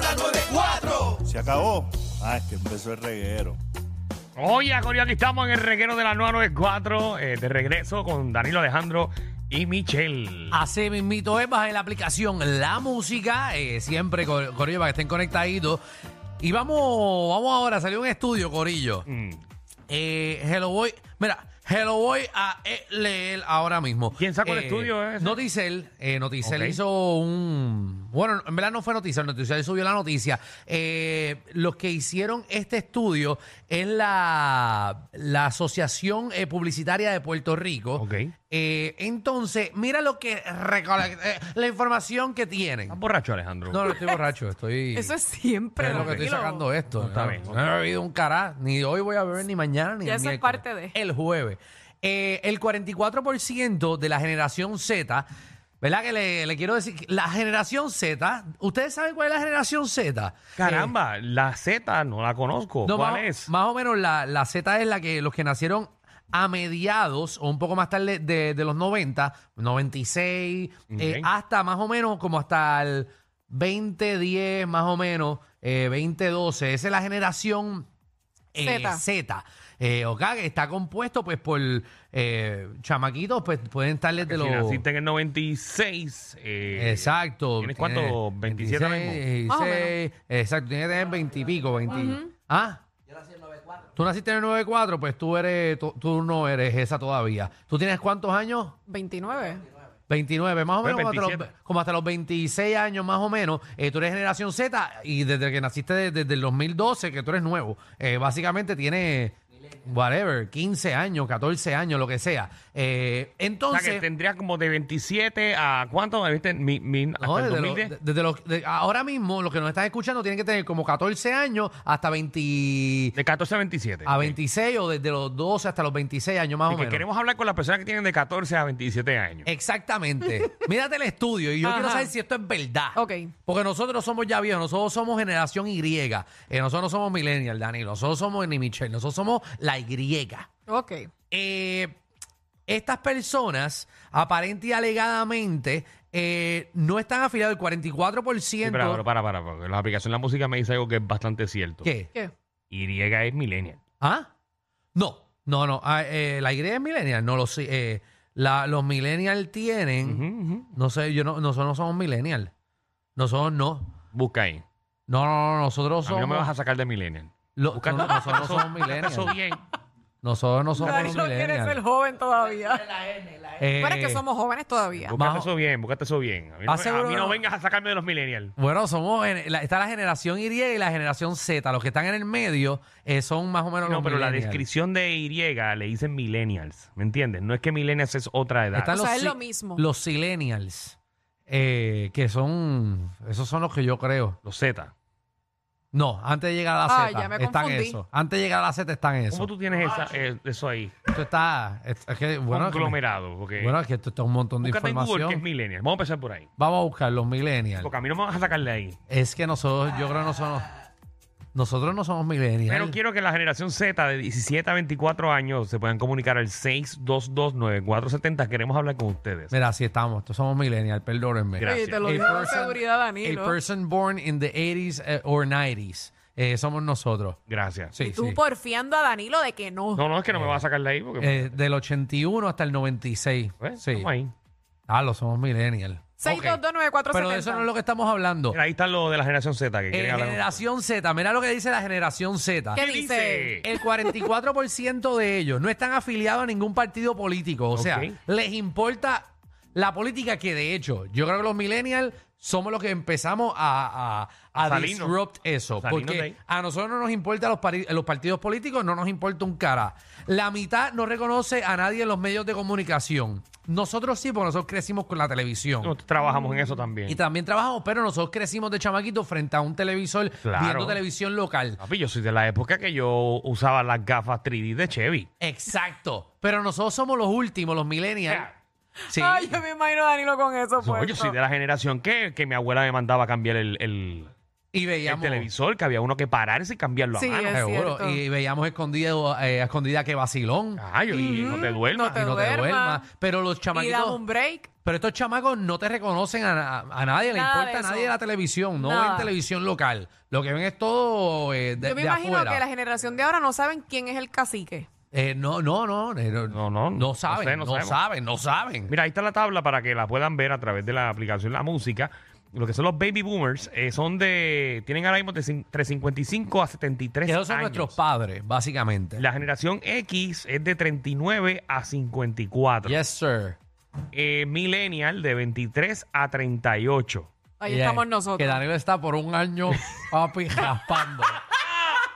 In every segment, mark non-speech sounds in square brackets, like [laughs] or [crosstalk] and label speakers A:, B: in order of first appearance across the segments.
A: de cuatro.
B: Se acabó. Ah, es que empezó el reguero.
C: Oye, Corio, aquí estamos en el reguero de la 994, eh, de regreso con Danilo Alejandro y Michelle.
D: Así mismito es, bajen la aplicación La Música, eh, siempre, cor- Corillo, para que estén conectaditos. Y vamos, vamos ahora, salió un estudio, Corillo.
C: Mm.
D: Eh, hello voy, mira, hello voy a eh, leer ahora mismo.
C: ¿Quién sacó el estudio, eh, ese?
D: Noticel, eh, Noticel
C: Ok.
D: hizo un, bueno, en verdad no fue Noticel, Noticel subió la noticia. Eh, los que hicieron este estudio es la, la Asociación eh, Publicitaria de Puerto Rico.
C: Ok.
D: Eh, entonces, mira lo que recole- eh, la información que tienen.
C: ¿Estás borracho, Alejandro?
D: No, no estoy borracho,
E: [laughs]
D: estoy.
E: Eso es siempre.
D: es lo que estoy
E: tranquilo.
D: sacando esto.
C: No, está
D: ¿no?
C: bien.
D: No he bebido un cará. Ni hoy voy a beber, ni mañana, ni
E: Ya
D: el
E: eso es
D: miércoles.
E: parte de.
D: El jueves. Eh, el 44% de la generación Z, ¿verdad? Que le, le quiero decir. que La generación Z, ¿ustedes saben cuál es la generación Z? Eh,
C: Caramba, la Z no la conozco.
D: no,
C: ¿Cuál
D: más, o-
C: es?
D: Más o menos la, la Z es la que los que nacieron a mediados o un poco más tarde de, de los 90, 96, eh,
C: Ok.
D: hasta más o menos como hasta el 2010, más o menos, eh, 2012. Esa es la generación eh,
E: Zeta.
D: Z. Eh, ok, que está compuesto pues por eh, chamaquitos, pues pueden estar desde
C: Que si
D: los...
C: naciste en el 96. eh,
D: Exacto.
C: ¿Tienes cuánto? 27 ahora mismo.
D: 26,
E: Más o menos.
D: 16, exacto, tienes que tener 20 y pico, 20. ¿Ah? Yo nací en 94. Tú naciste en el 94, pues tú eres, tú, tú no eres esa todavía. ¿Tú tienes cuántos años?
E: 29.
D: 29, más o
C: Pues
D: menos como hasta, los,
C: 27.
D: como hasta los 26 años más o menos. Eh, tú eres generación Z y desde que naciste de- desde el 2012, que tú eres nuevo, eh, básicamente tienes, whatever, 15 años, 14 años, lo que sea. Eh,
C: O sea,
D: entonces...
C: que tendrías como de 27 a cuánto, ¿viste? Mi, mi- hasta
D: No,
C: el
D: desde los-
C: 2010.
D: de- desde los- de- ahora mismo, los que nos están escuchando tienen que tener como 14 años hasta 20
C: de 14 a 27.
D: a
C: Ok.
D: 26 o desde los 12 hasta los 26 años más
C: Y
D: o
C: que
D: menos.
C: queremos hablar con las personas que tienen de 14 a 27 años. [laughs]
D: Exactamente. Mírate el estudio y yo quiero
E: Ajá.
D: saber si esto es verdad.
E: Ok.
D: Porque nosotros somos ya viejos, nosotros somos generación Y. Eh, nosotros no somos millennial, Dani. Nosotros somos ni Michelle, nosotros somos la Y.
E: Ok.
D: Eh, estas personas, aparente y alegadamente, eh, no están afiliados. El 44%.
C: Sí, pero, pero para, para, porque la aplicación de la música me dice algo que es bastante cierto.
D: ¿Qué?
E: ¿Qué?
C: Y Griega es millennial.
D: ¿Ah? No, no, no. Ah, eh, la Y es millennial. No, los, eh, la- los millennial tienen.
C: Ujú, ujú.
D: No sé, yo no, nosotros no somos millennial. Nosotros no.
C: Busca ahí.
D: No, no, no, nosotros
C: A mí
D: somos.
C: no me vas a sacar de millennial.
D: lo-
C: Busca
D: no,
C: tú.
D: no, nosotros no
C: [laughs]
D: somos
C: Eso
D: millennial.
C: bien.
D: Nosotros no somos
E: Danilo quiere ser
D: millennial.
E: joven todavía.
D: Eh,
E: Bueno, es que somos jóvenes todavía.
C: Búscate
D: Bajo-
C: eso bien, búscate eso bien. A mí no,
D: Ah, seguro
C: a mí no
D: no.
C: vengas a sacarme de los millennials.
D: Bueno, somos en- la- está la generación Y y la generación Z. Los que están en el medio eh, son más o menos
C: No,
D: los
C: pero la
D: millennials.
C: descripción de Y le dicen millennials. ¿Me entiendes? No es que millennials es otra edad.
D: Están
E: O sea, es
D: si-
E: lo mismo.
D: Los silenials, eh, que son, esos son los que yo creo.
C: Los Z.
D: No, antes de llegar a la
E: Ay,
D: Z
E: Ah, ya me
D: están
E: confundí.
D: eso. Antes de llegar a la Z están eso.
C: ¿Cómo tú tienes esa- eh, eso ahí?
D: Esto está es, es que bueno, es que,
C: Conglomerado. Porque
D: bueno, es que esto está un montón de
C: búscate en Google que es
D: información.
C: millennial. Vamos a empezar por ahí.
D: Vamos a buscar los millennials.
C: Porque a mí no me vas a sacar de ahí.
D: Es que nosotros, yo creo que no somos nosotros no somos millennials.
C: Pero quiero que la generación Z de 17 a 24 años se puedan comunicar al 6229470. Queremos hablar con ustedes.
D: Mira, así estamos, todos somos millennials, perdónenme.
C: Gracias.
E: Oye, te lo
D: A
E: digo con
D: person-
E: seguridad,
D: A
E: Danilo.
D: person born in the 80s eh, or 90s. Eh, somos nosotros.
C: Gracias.
D: Sí,
E: Y tú
D: sí.
E: porfiando a Danilo de que no.
C: [laughs] No, no, es que no me vas a sacar de ahí porque...
D: Eh, del 81 hasta el 96.
C: pues,
D: sí.
C: estamos ahí.
D: Ah, lo somos millennial. Ok.
E: 6229470.
D: Pero de eso no es lo que estamos hablando.
C: Mira, ahí está lo de la generación Z que quieren
D: Oh. Eh,
C: hablar.
D: generación Z, mira lo que dice la generación Z.
E: ¿Qué
C: ¿Qué
E: dice?
D: El 44% de ellos no están afiliados a ningún partido político. O sea,
C: Ok.
D: les importa la política que de hecho, yo creo que los millennials somos los que empezamos a, a- a
C: A salirnos.
D: disrupt eso.
C: A salirnos de
D: porque
C: ahí.
D: a nosotros no nos importa los, pari- los partidos políticos, no nos importa un cara. La mitad no reconoce a nadie en los medios de comunicación. Nosotros sí, porque nosotros crecimos con la televisión.
C: Nosotros trabajamos en eso también.
D: Y también trabajamos, pero nosotros crecimos de chamaquitos frente a un televisor
C: Claro.
D: viendo televisión local.
C: Papi, yo soy de la época que yo usaba las gafas 3D de Chevy.
D: Exacto. Pero nosotros somos los últimos, los millennials. Sí.
E: Ay, yo me imagino a Danilo con eso,
C: No,
E: pues.
C: yo soy de la generación que, que mi abuela me mandaba a cambiar el, el-
D: Y
C: el
D: veíamos.
C: televisor, que había uno que pararse y cambiarlo
E: Sí,
C: a mano.
E: es
D: Seguro.
E: cierto.
D: Y veíamos escondido, eh, a escondida que vacilón.
C: Ay, y Ah, no te duermas.
D: y
E: no te
D: no te
E: duermas.
D: duermas. Pero los
E: Y dame
D: chamaquitos.
E: un break.
D: Pero estos chamacos no te reconocen a, a- a nadie, le
E: Nada
D: importa a
E: de
D: nadie
E: eso.
D: la televisión, no
E: Nada.
D: ven televisión local. Lo que ven es todo eh, de,
E: Yo me
D: de
E: imagino
D: afuera.
E: que la generación de ahora no saben quién es el cacique.
D: Eh, no, no, no, eh, no,
C: No, no,
D: no
C: no
D: saben,
C: sé, no
D: no,
C: sabemos.
D: saben, no saben.
C: Mira, ahí está la tabla para que la puedan ver a través de la aplicación La Música. Lo que son los baby boomers eh, son de. Tienen ahora mismo de cin- entre 55 a 73
D: Que esos son
C: Pues años.
D: nuestros padres, básicamente.
C: La generación X es de 39 a 54.
D: Yes, sir.
C: Eh, millennial de 23 a 38.
E: Ahí
D: Yeah.
E: estamos
D: Que
E: nosotros.
D: Danilo está por un año,
C: [laughs]
D: papi, raspando.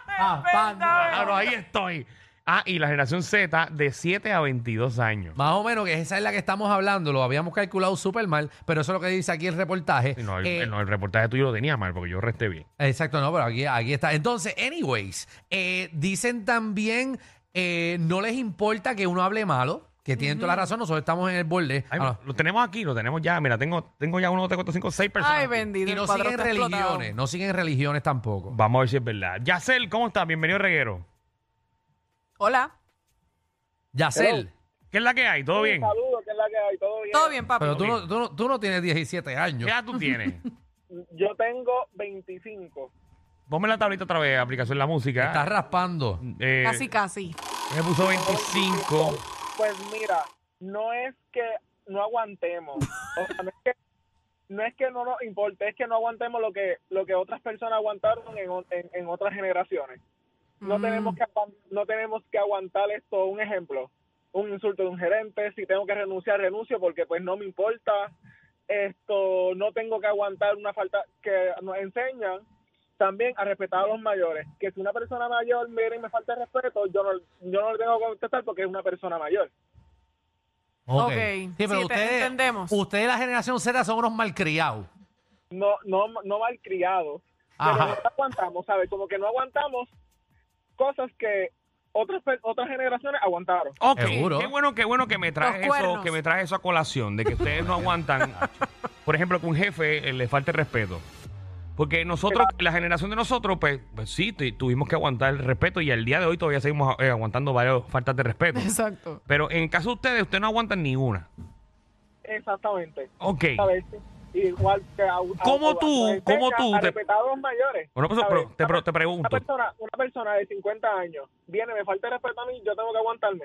D: raspando.
C: Claro, ahí estoy. Ah, y la generación Z de 7 a 22 años.
D: Más o menos que esa es la que estamos hablando, lo habíamos calculado súper mal, pero eso es lo que dice aquí el reportaje.
C: Sí, No, el,
D: Eh,
C: el- no, el reportaje tuyo lo tenía mal porque yo resté bien.
D: Exacto, no, pero aquí, aquí está. Entonces, anyways, eh, dicen también, eh, no les importa que uno hable malo, que tienen toda la razón, nosotros estamos en el borde.
C: Ay,
D: Ah,
C: Lo tenemos aquí, lo tenemos ya. Mira, tengo, tengo ya uno, dos, tres, cuatro, cinco, seis personas.
E: Ay,
C: aquí.
D: no.
E: bendito.
D: Y
E: el
D: no
E: cuadro
D: siguen
E: está
D: religiones,
E: explotado.
D: no siguen religiones tampoco.
C: Vamos a ver si es verdad. Yacel, ¿cómo estás? Bienvenido, Reguero.
E: Hola.
D: Yacel,
C: ¿Qué es la que hay? ¿Todo bien?
A: Saludos, que es la que hay, todo bien.
E: Todo bien, papi.
D: pero tú no, tú, no, tú no tienes 17
C: ¿Qué
D: años.
C: edad tú
D: [laughs]
C: tienes?
A: Yo tengo 25.
C: Ponme la tablita otra vez, aplicación La Música.
D: Estás raspando.
C: Eh,
E: Casi, casi. [laughs]
C: Me puso 25.
A: Pues mira, no es que no aguantemos. O sea, no es que no, es que no nos importe, es que no aguantemos lo que lo que otras personas aguantaron en, o- en- en otras generaciones. No
E: Mm.
A: tenemos que aguan- no tenemos que aguantar esto, un ejemplo, un insulto de un gerente, si tengo que renunciar, renuncio porque pues no me importa. Esto no tengo que aguantar una falta que nos enseñan también a respetar a los mayores, que si una persona mayor viene y me falta el respeto, yo no yo no le tengo que contestar porque es una persona mayor.
E: Ok.
D: Sí, pero
E: Sí, te-
D: ustedes,
E: entendemos.
D: ustedes, la generación Z, son unos malcriados.
A: no, no, no malcriados,
D: Ajá.
A: pero no aguantamos, ¿sabes? Como que no aguantamos cosas que otras pe- otras generaciones aguantaron.
C: Ok,
D: Seguro.
C: qué bueno, qué bueno que me
E: Los
C: traes eso,
E: cuernos.
C: que me traes eso a colación, de que ustedes no
E: [laughs]
C: aguantan, por ejemplo, que un jefe eh, le falte respeto. Porque nosotros, la generación de nosotros, pues, pues sí, tu- tuvimos que aguantar el respeto y al día de hoy todavía seguimos eh, aguantando varias faltas de respeto.
E: Exacto.
C: Pero en el caso de ustedes, ustedes no aguantan ninguna.
A: Exactamente.
C: Ok.
A: ¿Sabes? Igual que a, a-
C: ¿Cómo
A: a-
C: tú?
A: a-
C: ¿Cómo
A: a-
C: tú?
A: a
C: Te-
A: respetar a los mayores.
C: Bueno, pues,
A: ¿sabes?
C: pero- te- pero te
A: Una
C: pregunto.
A: persona, una persona de 50 años viene, me falta el respeto a mí, yo tengo que aguantarme.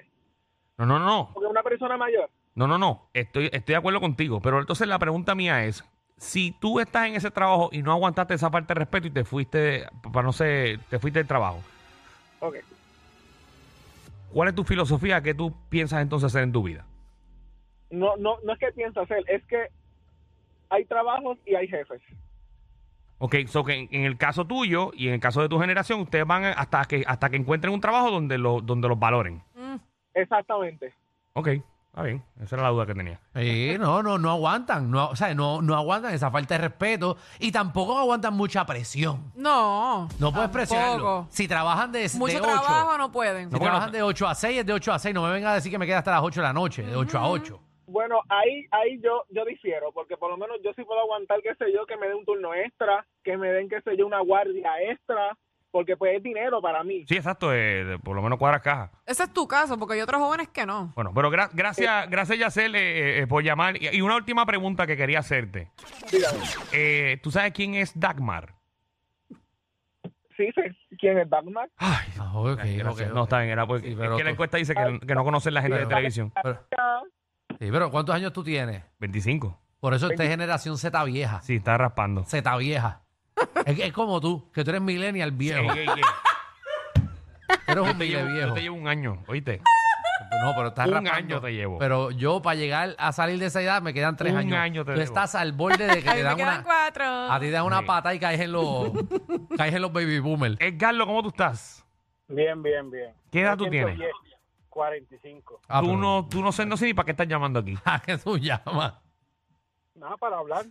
C: No, no, no.
A: Porque una persona mayor.
C: No, no, no. Estoy, estoy de acuerdo contigo. Pero entonces la pregunta mía es: si tú estás en ese trabajo y no aguantaste esa parte de respeto y te fuiste, para no sé, te fuiste del trabajo,
A: Ok.
C: ¿cuál es tu filosofía que tú piensas entonces hacer en tu vida?
A: No, no, no es que piensa hacer, es que hay trabajos y hay jefes.
C: Ok, so que en, en el caso tuyo y en el caso de tu generación, ustedes van hasta que hasta que encuentren un trabajo donde, lo, donde los valoren.
E: Mm.
A: Exactamente.
C: Ok, está bien. Esa era la duda que tenía.
D: Sí, no, no, no aguantan, no, o sea, no, no aguantan esa falta de respeto y tampoco aguantan mucha presión.
E: No.
D: No puedes presionarlo.
E: tampoco.
D: Si trabajan de, de
E: Mucho
D: 8,
E: trabajo no pueden.
D: si
C: No, bueno,
D: trabajan de 8 a 6, es de 8 a 6, no me venga a decir que me queda hasta las 8 de la noche, de 8 a 8.
A: Bueno, ahí ahí yo yo difiero, porque por lo menos yo sí puedo aguantar, qué sé yo, que me den un turno extra, que me den, qué sé yo, una guardia extra, porque pues es dinero para mí.
C: Sí, exacto. eh, de- por lo menos cuadras caja.
E: Ese es tu caso, porque hay otros jóvenes que no.
C: Bueno, pero gra- gracias, gracias Yacel, eh, eh, por llamar. Y, y una última pregunta que quería hacerte.
A: Dígame.
C: Eh, ¿Tú sabes quién es Dagmar?
A: Sí, sí. ¿Quién es Dagmar?
C: Ay,
D: Ah, ok,
C: Ay,
D: ok,
C: gracias.
D: ok.
C: No, está bien, era porque
D: Sí,
C: es
D: pero
C: que la
D: tú-
C: encuesta dice que, que no conocen la gente de
D: Pero-
C: televisión.
D: Pero, sí, pero ¿cuántos años tú tienes?
C: 25.
D: Por eso esta es generación Z vieja,
C: Sí, está raspando.
D: Z vieja. es, es como tú, que tú eres millennial viejo,
C: Ey, ey, ey.
D: tú eres
C: Yo
D: un
C: te
D: mille
C: llevo-
D: viejo.
C: yo te llevo un año, ¿oíste?
D: No, pero estás
C: Un
D: raspando.
C: año te llevo.
D: Pero yo para llegar a salir de esa edad me quedan 3
C: Un
D: años.
C: año te
D: tú
C: llevo.
D: estás al borde de que
E: A
D: te
E: mí
D: dan
E: [laughs] me
D: una... Ah,
E: quedan cuatro.
D: A ti te dan una
C: Sí.
D: pata y caes en los, caes en los baby boomers.
C: Edgarlo, Eh, ¿cómo tú estás?
A: Bien, bien, bien.
C: ¿Qué edad tú tienes?
A: 45.
D: Ah,
C: tú,
D: pero-
C: no, tú no sé, no sé ni para qué estás llamando aquí.
D: [laughs] ¿A qué tú llamas?
A: Nada para hablar.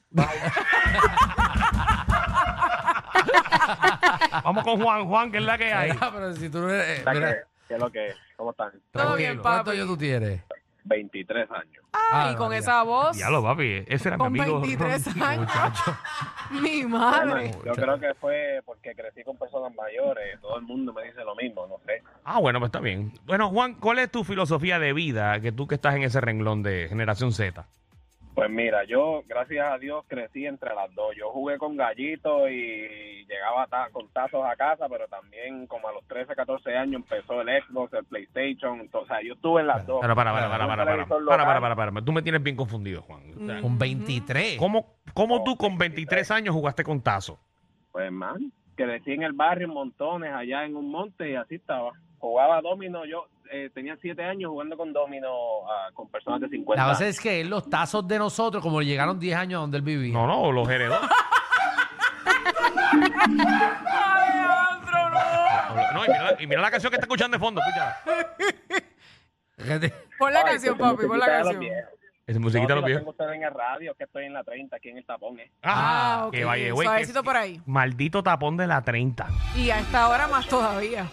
C: Vamos con Juan. Juan, que es la que [laughs] hay?
D: Mira, pero Ah, si tú no eres... eh, mira,
A: ¿Qué es lo que es? ¿Cómo están?
E: Todo
D: tranquilo.
E: bien, papi.
D: ¿Cuántos años tú tienes?
F: 23 años.
A: Ay,
D: Ah,
A: con
D: María.
A: esa voz.
C: Ya lo papi, ese era mi
A: con
C: amigo. [laughs]
D: [laughs]
A: 23 años.
D: Muchacho.
A: [laughs] Mi
F: Bueno,
C: Ah,
A: madre.
F: yo creo que fue porque crecí con personas mayores, todo el mundo me dice lo mismo, no sé.
C: Ah, bueno, pues está bien. Bueno, Juan, ¿cuál es tu filosofía de vida que tú que estás en ese renglón de generación Z?
F: Pues mira, yo, gracias a Dios, crecí entre las dos. Yo jugué con gallitos y llegaba ta- con tazos a casa, pero también como a los 13, 14 años empezó el Xbox, el PlayStation. Entonces, o sea, yo estuve en las dos.
C: Para, para, para, para, para, para,
F: Un televisor
C: para, para,
F: local.
C: para, para. Tú me tienes bien confundido, Juan. O sea,
D: Con 23.
C: ¿Cómo, cómo tú
F: Oh,
C: con 23 años jugaste con Tazo?
F: Pues, man, crecí en el barrio en montones, allá en un monte y así estaba. Jugaba domino, yo eh, tenía 7 años jugando con domino ah, con personas de 50
D: La
F: años.
D: cosa es que él, los tazos de nosotros, como llegaron 10 años a donde él vivía.
C: No, no, los heredó. No, y mira, la- y mira la canción que está escuchando de fondo, escúchala.
D: Gente,
A: Pon la
F: Ay,
A: canción,
F: que tengo
A: papi,
F: que
A: pon la
F: quitar a los
A: canción.
F: viejos. No, si
C: Esa musiquita los
F: la
C: viejos.
F: tengo ustedes en el radio, que estoy en la 30, aquí en el tapón, ¿eh?
C: Ah,
A: ok.
C: que vaya, güey.
A: Suavecito
C: que-
A: por ahí.
C: Maldito tapón de la 30.
A: Y a esta hora más todavía.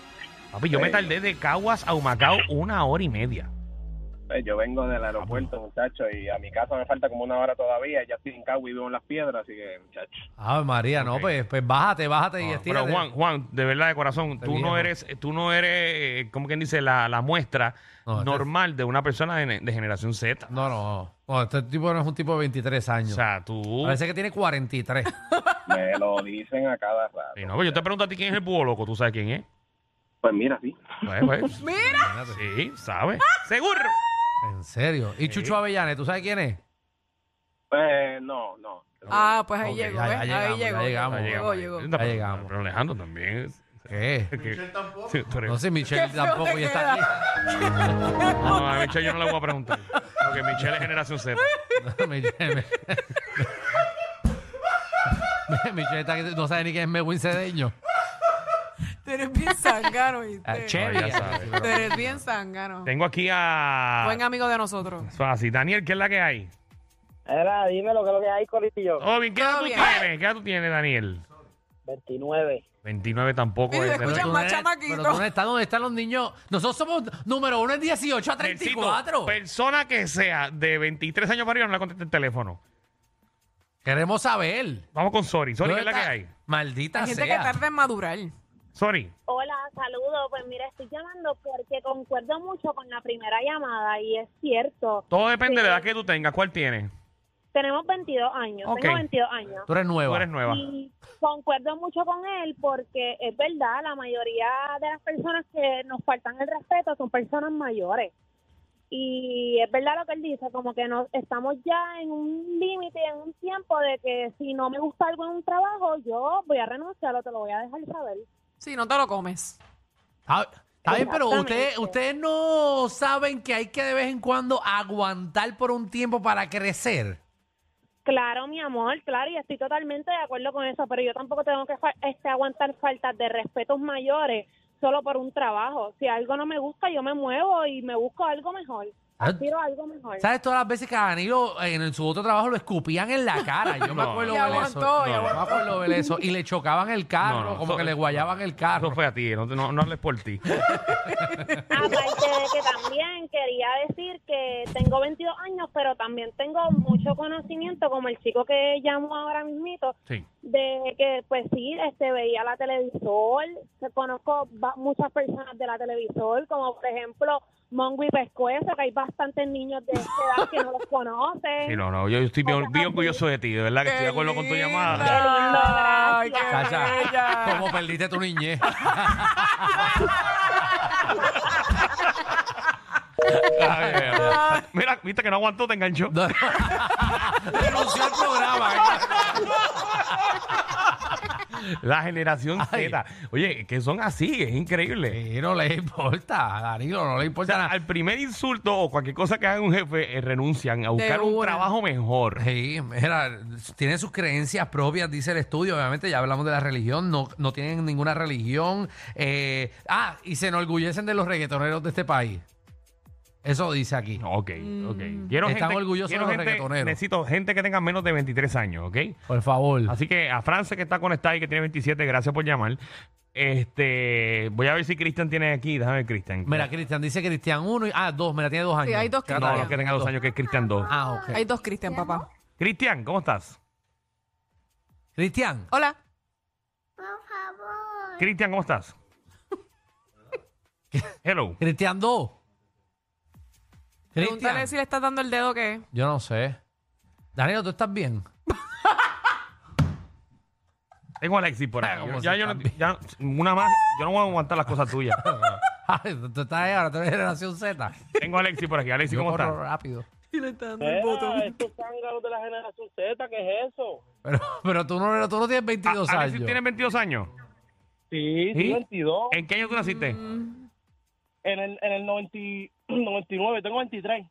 C: Papi, yo me tardé de Caguas a Humacao una hora y media.
F: Pues yo vengo del aeropuerto, muchacho, y a mi casa me falta como una hora todavía. Ya estoy en Cagua y vivo en las piedras, así que, muchacho.
D: Ave María, no,
C: Ok.
D: pues, pues bájate, bájate y
C: Ah,
D: estírate.
C: pero Juan, Juan, de verdad de corazón,
D: Este
C: tú
D: viejo.
C: no eres, tú no eres, eh, ¿cómo quien dice? La, la muestra
D: No, este-
C: normal de una persona de, de generación Z.
D: No, no, no. Este tipo no es un tipo de 23
C: O
D: años.
C: sea, tú.
D: Parece que
C: [laughs]
D: tiene 43.
F: Me lo dicen a cada rato.
C: Sí, no, pero yo te pregunto a ti quién es el búho loco, tú sabes quién es.
F: Pues mira, sí.
C: Pues,
D: [laughs]
C: pues,
A: Mira,
D: Imagínate.
C: sí, sabes. Seguro.
D: En serio. ¿Y Chucho Avellane, tú sabes quién es?
F: Pues no, no.
A: Ah, pues ahí
D: Ok,
A: llegó,
D: ya- ya
A: ¿ves?
D: llegamos,
A: ahí
D: ya
A: llegó.
D: llegamos.
C: Ya
A: llegó,
C: llegamos.
A: llegó.
C: Pero-
D: Ya llegamos.
C: Pero Alejandro también.
D: ¿Qué?
C: tampoco. Sí, tú eres-
D: No
A: [laughs]
D: sé,
A: Qué
D: Michelle
A: feo
D: tampoco
A: te
D: ya está aquí.
C: No, a Michelle yo no le voy a preguntar. Porque Michelle es generación Z.
D: [laughs] No, Michelle, me- [laughs] Michelle está aquí, no sabe ni quién es Mewin Cedeño.
A: [laughs] Tú eres bien
D: Ah,
A: zángano, ¿viste?
C: Cherry. ya sabes.
A: Tú eres bien zángano.
C: Tengo aquí a.
A: Buen amigo de nosotros.
C: Eso así. Daniel, ¿qué es la que hay?
G: Era, dime lo que lo que hay, Colitillo.
C: Todo bien, ¿qué edad
A: Todo
C: tú
A: bien.
C: tienes? ¿Qué edad tú tienes, Daniel?
G: 29.
C: 29 tampoco.
A: Mira,
C: es
A: escucha,
C: de-
D: tú no
A: más
D: eres-
A: chamaquito.
D: pero tú no estás donde están los niños. Nosotros somos número uno en 18 a
C: Nelsito,
D: 34.
C: Persona que sea de 23 años para arriba, no le conteste el teléfono.
D: Queremos saber.
C: Vamos con Sorry. Sorry, ¿qué es la que
D: ¿Dónde
C: hay?
D: está? Maldita
A: Hay gente que
D: Ah, sea.
A: tarda en madurar.
C: Sorry.
E: Hola, saludos. Pues mira, estoy llamando porque concuerdo mucho con la primera llamada y es cierto.
C: Todo depende de la edad
E: Sí.
C: que tú tengas. ¿Cuál tienes?
E: Tenemos 22 años,
C: Ok.
E: tengo 22 años.
D: Tú eres
C: Tú
D: nueva.
C: eres nueva.
E: Y concuerdo mucho con él porque es verdad, la mayoría de las personas que nos faltan el respeto son personas mayores. Y es verdad lo que él dice, como que nos estamos ya en un límite, en un tiempo de que si no me gusta algo en un trabajo, yo voy a renunciar o te lo voy a dejar saber.
A: Sí, no te lo comes.
D: Ah, Está bien, pero
E: Exactamente.
D: ustedes, ustedes no saben que hay que de vez en cuando aguantar por un tiempo para crecer.
E: Claro, mi amor, claro, y estoy totalmente de acuerdo con eso, pero yo tampoco tengo que fa- este, aguantar faltas de respetos mayores solo por un trabajo. Si algo no me gusta, yo me muevo y me busco algo mejor.
D: Ah.
E: Aspiro a algo mejor.
D: ¿Sabes todas las veces que a Danilo eh, en su otro trabajo lo escupían en la cara? Yo me
C: No.
D: acuerdo
A: Y
D: ver
A: aguantó, y
D: eso. Yo me
A: aguantó.
D: acuerdo ver eso. Y le chocaban el carro,
C: No, no,
D: como
C: so-
D: que le guayaban el carro.
C: Ah, Eso fue a ti, no, no, no hables por ti.
E: Aparte de que también quería decir que tengo 22 años, pero también tengo mucho conocimiento, como el chico que llamo ahora mismito,
C: Sí.
E: de que pues sí este veía la televisor se conozco va- muchas personas de la televisor como por ejemplo Mongo y Pescuezo que hay bastantes niños de esta edad que no los conocen
C: Sí, no, no, yo estoy bien, bien orgulloso de ti, de verdad que estoy de acuerdo con tu llamada.
A: linda. Ay, qué
D: Chacha,
A: bella.
D: como perdiste
A: [laughs]
D: tu niñez.
C: [laughs] Ay, ay, ay. Mira, viste que no aguantó, te enganchó.
D: No. [laughs] Renunció al programa.
C: La generación Z. Oye, que son así, es increíble.
D: Y no le importa, a Danilo no le
C: O
D: importa
C: sea,
D: nada.
C: al primer insulto o cualquier cosa que haga un jefe, eh, renuncian a buscar un
A: una.
C: trabajo mejor.
D: Sí, mira, tiene sus creencias propias, dice el estudio. Obviamente, ya hablamos de la religión, no, no tienen ninguna religión. Eh, ah, y se enorgullecen de los reggaetoneros de este país. Eso dice aquí.
C: Ok, ok. Quiero
D: Mm. Están orgullosos
C: quiero
D: de los
C: gente-
D: reggaetoneros.
C: Necesito gente que tenga menos de 23 años, ¿ok?
D: Por favor.
C: Así que a France que está conectada y que tiene 27, gracias por llamar. Este, voy a ver si Cristian tiene aquí. Déjame ver, Cristian.
D: Mira, Cristian, dice Cristian 1 y. Ah, 2, mira, tiene 2 años.
E: Sí, hay dos
D: Trata
C: no,
D: de-
C: no que tenga dos años, que es Cristian 2.
D: Ah, ok.
E: Hay dos Cristian, papá.
C: Cristian, ¿cómo estás?
D: Cristian,
E: Hola.
C: Cristian, ¿cómo
D: [laughs]
C: estás? Hello.
D: Cristian 2.
E: Pregúntale si le estás dando el dedo que es.
D: Yo no sé. Danilo, ¿tú
C: [laughs]
D: estás bien?
C: Tengo a Alexis por
D: Ah,
C: ahí.
D: como
C: Ya,
D: si
C: yo no-
D: también.
C: ya- una más. Yo no voy a aguantar las cosas
D: [laughs]
C: tuyas.
D: Ay, tú tú estás ahí ahora, tú eres generación Z.
C: Tengo a Alexis por aquí. Alexis,
D: Yo
C: ¿cómo
D: corro
C: estás?
D: rápido.
E: Y le está dando
H: Mira, estos zángaros de la generación Z, ¿qué es eso?
D: Pero, [laughs] pero tú, no, tú no tienes 22
C: Ah,
D: años.
C: Alexis tiene 22 años.
H: Sí,
C: ¿Sí?
H: 22.
C: ¿En qué año tú naciste?
D: Mm.
H: En el, en el 90 y- [clears throat] 99, tengo 23.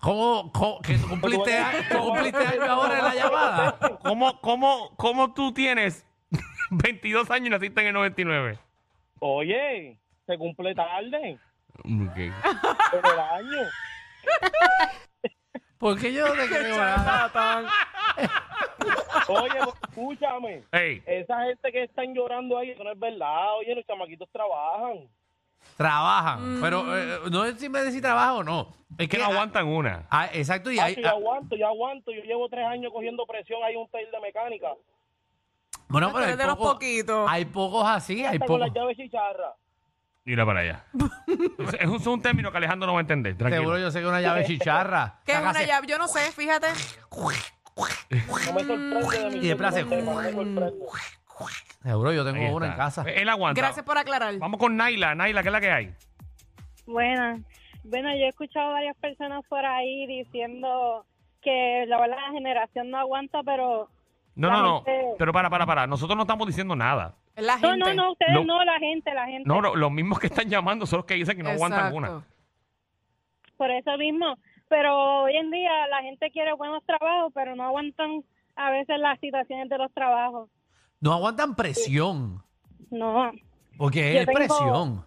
D: ¿Cómo, cómo- que tú cumpliste, a- tú cumpliste año ahora en la llamada?
C: ¿Cómo, cómo, cómo tú tienes [laughs] 22 años y naciste en el 99?
H: Oye, se cumple tarde,
C: Ok.
H: pero el año.
D: ¿Por qué yo no te creo nada?
H: Oye, pues, escúchame.
C: Hey,
H: Esa gente que están llorando ahí, eso no es verdad. Oye, los chamaquitos trabajan.
D: Trabajan. Pero eh, no es si me decís trabajo o no. Es
C: que no aguantan una.
D: Ah, exacto, y
H: Ah,
D: hay,
H: yo aguanto, yo aguanto. Yo llevo tres años cogiendo presión ahí en un taller de mecánica.
D: bueno,
E: Tú
D: pero hay,
E: eres ah, de los
D: pocos-
E: poquitos.
D: hay pocos así, hay
H: Hasta con
D: pocos.
H: las llaves chicharra.
C: Mira para
D: [laughs]
C: allá. es, es un, es un término que Alejandro no va a entender. Tranquilo.
D: Seguro yo sé que una llave chicharra.
E: ¿Qué es
D: Acá
E: una
D: se-
E: llave? Yo no sé, fíjate.
H: No me sorprende de mi
D: Y de placer.
H: no me sorprende.
D: Seguro yo tengo
C: Ahí
D: una en
C: está.
D: casa.
C: Él aguanta.
E: Gracias por aclarar.
C: Vamos con Naila. Naila, ¿qué es la que hay?
B: Buenas. Bueno, yo he escuchado varias personas por ahí diciendo que la verdad la generación no aguanta, pero...
C: No,
B: La
C: no, no.
B: gente-
C: Pero para, para, para. Nosotros no estamos diciendo nada.
E: Es la
B: No, no,
E: gente.
B: no, ustedes
C: No.
B: no, la gente, la gente.
C: No, no, los mismos que están llamando son los que dicen que no aguantan
E: Exacto.
C: una.
B: Por eso mismo. Pero hoy en día la gente quiere buenos trabajos, pero no aguantan a veces las situaciones de los trabajos.
D: No aguantan presión.
B: No.
D: Porque
B: Yo
D: es
B: tengo-
D: presión.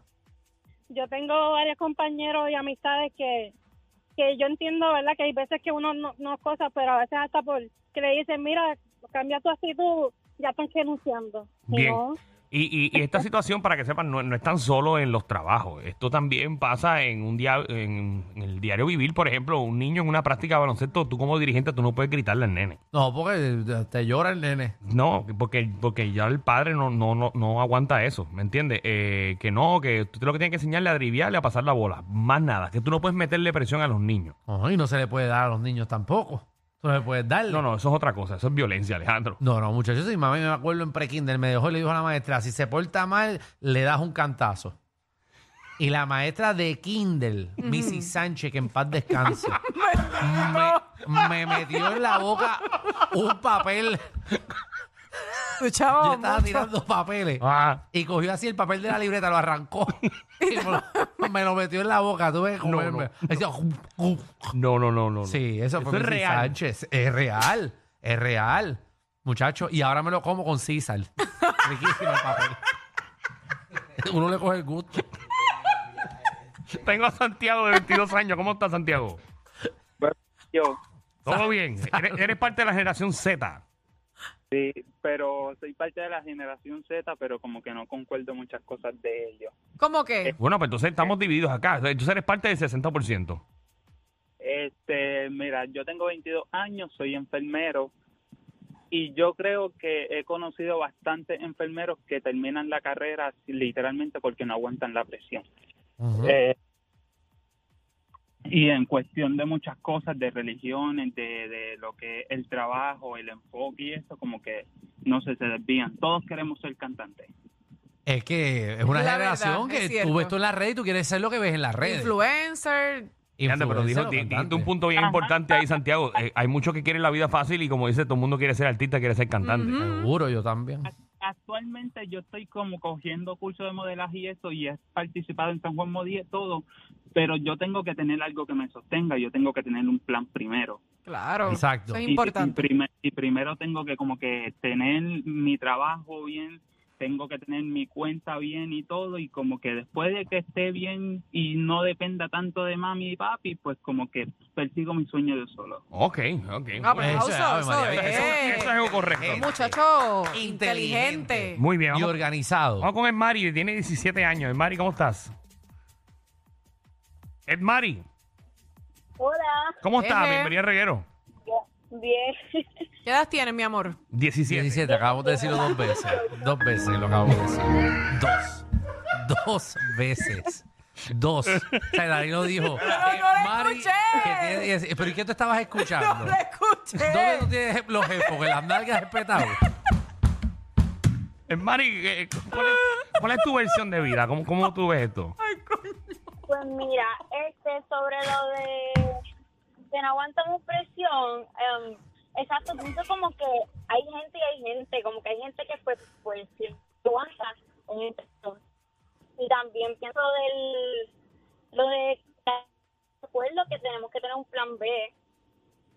B: Yo tengo varios compañeros y amistades que, que yo entiendo, ¿verdad? Que hay veces que uno no, no cosas, pero a veces hasta por que le dicen, mira, cambia tu actitud, ya están renunciando. Y
C: Bien.
B: no.
C: Y, y- y esta situación, para que sepan, no, no es tan solo en los trabajos. Esto también pasa en un dia- en, en el diario vivir, por ejemplo, un niño en una práctica de baloncesto, tú como dirigente, tú no puedes gritarle al nene.
D: No, porque te- te llora el nene.
C: No, porque, porque ya el padre no, no, no, no aguanta eso, ¿me entiendes? Eh, que no, que tú lo que tienes que enseñarle a driviarle, a pasar la bola. Más nada, que tú no puedes meterle presión a los niños.
D: Ajá, y no se le puede dar a los niños tampoco. Tú no le puedes darle.
C: No, no, eso es otra cosa, eso es violencia, Alejandro.
D: No, no, muchachos, si mamá me acuerdo en prekinder, me dejó y le dijo a la maestra, si se porta mal, le das un cantazo. Y la maestra de Kindle, Missy Sánchez, que en paz descanse, me, me metió en la boca un papel.
E: Tu
D: Yo
E: chavo.
D: estaba tirando papeles.
C: Ah,
D: Y cogió así el papel de la libreta, lo arrancó. Y me lo, me lo metió en la boca, tuve que
C: No,
D: comerme. Decía,
C: no, no, no, no. no.
D: Sí, eso, fue
C: es
D: Missy
C: real.
D: Sánchez. Es real, es real. Muchacho, y ahora me lo como con César.
E: [laughs]
D: Riquísimo el papel. Uno le coge el gusto.
C: Tengo a Santiago de 22 años. ¿Cómo estás, Santiago?
I: Yo,
C: ¿Todo bien? Eres, eres parte de la generación Z.
I: sí, pero soy parte de la generación Z, pero como que no concuerdo muchas cosas de ellos.
E: ¿Cómo que?
C: Bueno, pues entonces estamos divididos acá. Entonces eres parte del 60%.
I: Este, mira, yo tengo 22 años, soy enfermero y yo creo que he conocido bastantes enfermeros que terminan la carrera literalmente porque no aguantan la presión.
H: Eh,
I: Y en cuestión de muchas cosas, de religiones, de, de lo que es el trabajo, el enfoque y eso, como que no sé, se desvían. Todos queremos ser cantantes.
D: Es que es una
E: La verdad,
D: generación
E: es
D: que
E: cierto.
D: tú ves tú en la red y tú quieres ser lo que ves en las redes.
E: Influencer.
C: Fíjate, pero dijo,
D: Influencer o
C: di- dijiste
D: cantante.
C: un punto bien importante ahí, Santiago. Eh, hay muchos que quieren la vida fácil y como dice, todo el mundo quiere ser artista, quiere ser cantante.
D: Mm.
C: Uh,
D: Seguro, yo también.
I: Actualmente yo estoy como cogiendo cursos de modelaje y eso, y he participado en San Juan Modí todo, pero yo tengo que tener algo que me sostenga, yo tengo que tener un plan primero.
E: Claro.
D: Exacto.
E: Eso es
I: Y- Y,
E: importante.
I: prime- y primero tengo que como que tener mi trabajo bien tengo que tener mi cuenta bien y todo y como que después de que esté bien y no dependa tanto de mami y papi, pues como que persigo mi sueño yo solo.
C: Ok, ok.
E: Ah, pero eso,
D: Eso es, Ave
E: eso
D: María,
E: es.
C: Eso, eso es algo correcto.
D: Eh,
E: Muchacho
D: Inteligente.
E: inteligente.
C: Muy bien.
D: Y
C: Vamos,
D: organizado.
C: vamos con el Mari, tiene 17 años. El Mari, ¿cómo estás? Ed Mari,
J: Hola,
C: ¿cómo estás?
E: Eje.
C: Bienvenido a Reguero.
J: bien.
E: ¿Qué edad tienes, mi amor?
C: 17.
D: 17, acabamos de decirlo dos veces. Dos veces lo acabamos de decir. Dos. Dos veces. Dos. O sea, Darío lo dijo.
E: Pero no
D: eh,
E: lo escuché.
D: que tiene 10 ¿Pero y qué tú estabas escuchando?
E: No lo escuché.
D: ¿Dónde tú tienes los jefos? Que las nalgas espetadas.
C: Ed Mari, eh, ¿cuál es, cuál es tu versión de vida? ¿Cómo, cómo tú ves esto?
J: Pues mira, este sobre lo de que no aguantamos presión, em, exacto, pienso como que hay gente y hay gente, como que hay gente que pues, pues sí aguanta en el presión. Y también pienso del, lo de, recuerdo que tenemos que tener un plan B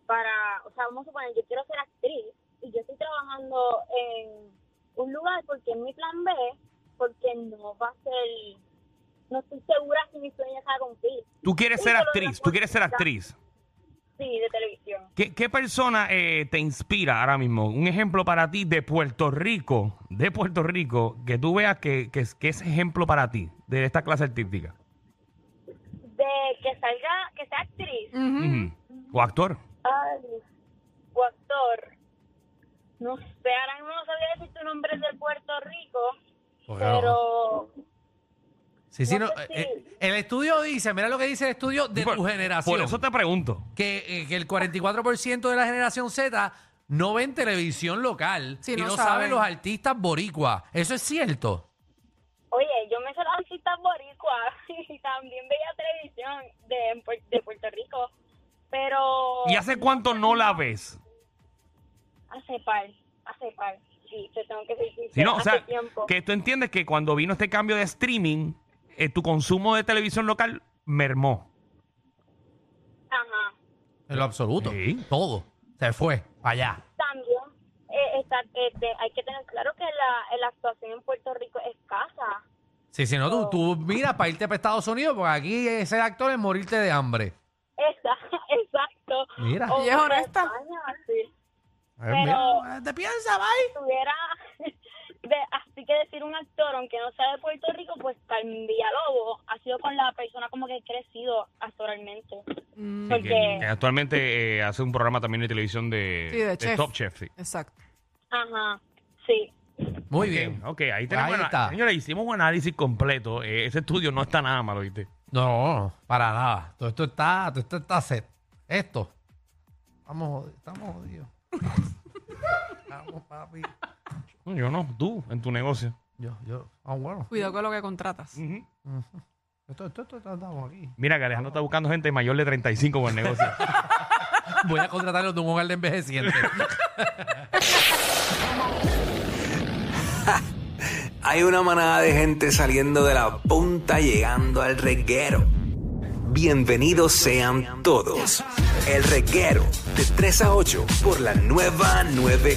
J: para, o sea, vamos a suponer, yo quiero ser actriz y yo estoy trabajando en un lugar porque es mi plan B, porque no va a ser no estoy segura si mi sueño se va a cumplir.
C: Tú quieres ser actriz, tú quieres ser actriz.
J: Sí, de televisión.
C: ¿Qué, qué persona eh, te inspira ahora mismo? Un ejemplo para ti de Puerto Rico, de Puerto Rico, que tú veas que, que, es- que es ejemplo para ti de esta clase artística.
J: De que salga, que sea actriz
C: Mm.
E: Ujú.
C: Ujú. O actor.
J: ay, o actor. No sé, ahora mismo no sabía decir tu nombre es de Puerto Rico,
D: Porque no.
J: pero
D: Sí, sí,
J: no
D: no,
J: sé
D: eh,
J: si-
D: eh, el estudio dice, mira lo que dice el estudio de
C: Por-
D: tu generación.
C: Por eso te pregunto.
D: que, eh, que el 44% de la generación Z no ven televisión local
E: Sí,
D: y no,
E: no
D: saben
E: saben.
D: los artistas boricua. Eso es cierto.
J: oye, yo me sé las artistas boricua [laughs] y también veía televisión de, Puer- de Puerto Rico, pero...
C: ¿Y hace cuánto no la ves?
J: Hace par, hace par, sí, te tengo que decir
C: Si no, o
J: hace
C: sea,
J: tiempo.
C: que tú entiendes que cuando vino este cambio de streaming, eh, tu consumo de televisión local mermó.
J: Ajá.
D: En lo absoluto.
C: Sí.
D: Todo. Se fue para allá.
J: también eh, está, este, hay que tener claro que la, la actuación en Puerto Rico es escasa.
D: Sí, si no, tú, tú miras para irte para Estados Unidos, porque aquí eh, ser actor es morirte de hambre.
J: Esa, [laughs] exacto.
D: Mira.
J: O
E: Y es honesta.
J: España, sí.
D: A ver,
J: Pero-
D: Eh, mira. Te piensa, bye.
J: Tuviera, [laughs] de, así que decir un actor, aunque no sea de Puerto Rico, pues Carmen Villalobos ha sido con la persona como que he crecido actualmente.
E: Mm,
C: Sí, que-
J: Porque-
C: que actualmente eh, hace un programa también de televisión de,
E: Sí, de
C: de
E: chef.
C: Top Chef. sí.
E: Exacto.
J: Ajá, sí.
D: Muy
C: Ok,
D: bien.
C: Ok, Pues ahí tenemos.
D: Ahí
C: el-
D: está.
C: Señores, hicimos un análisis completo. Eh, ese estudio no está nada malo, ¿viste?
D: No, no, no, para nada. Todo esto está, todo esto está set. Esto. Estamos jodidos. Estamos jodidos. Estamos, papi.
C: No, Yo no, tú, en tu negocio.
D: Yo, yo. Ah, bueno.
E: Cuidado con lo que contratas.
D: Esto, esto, esto, esto estamos aquí.
C: Mira que Alejandro está buscando gente mayor de 35 por el negocio.
D: Voy a contratarlo de un hogar de envejecientes. [laughs]
K: Hay una manada de gente saliendo de la punta llegando al reguero. Bienvenidos sean todos. El reguero de 3 a 8 por la nueva 9.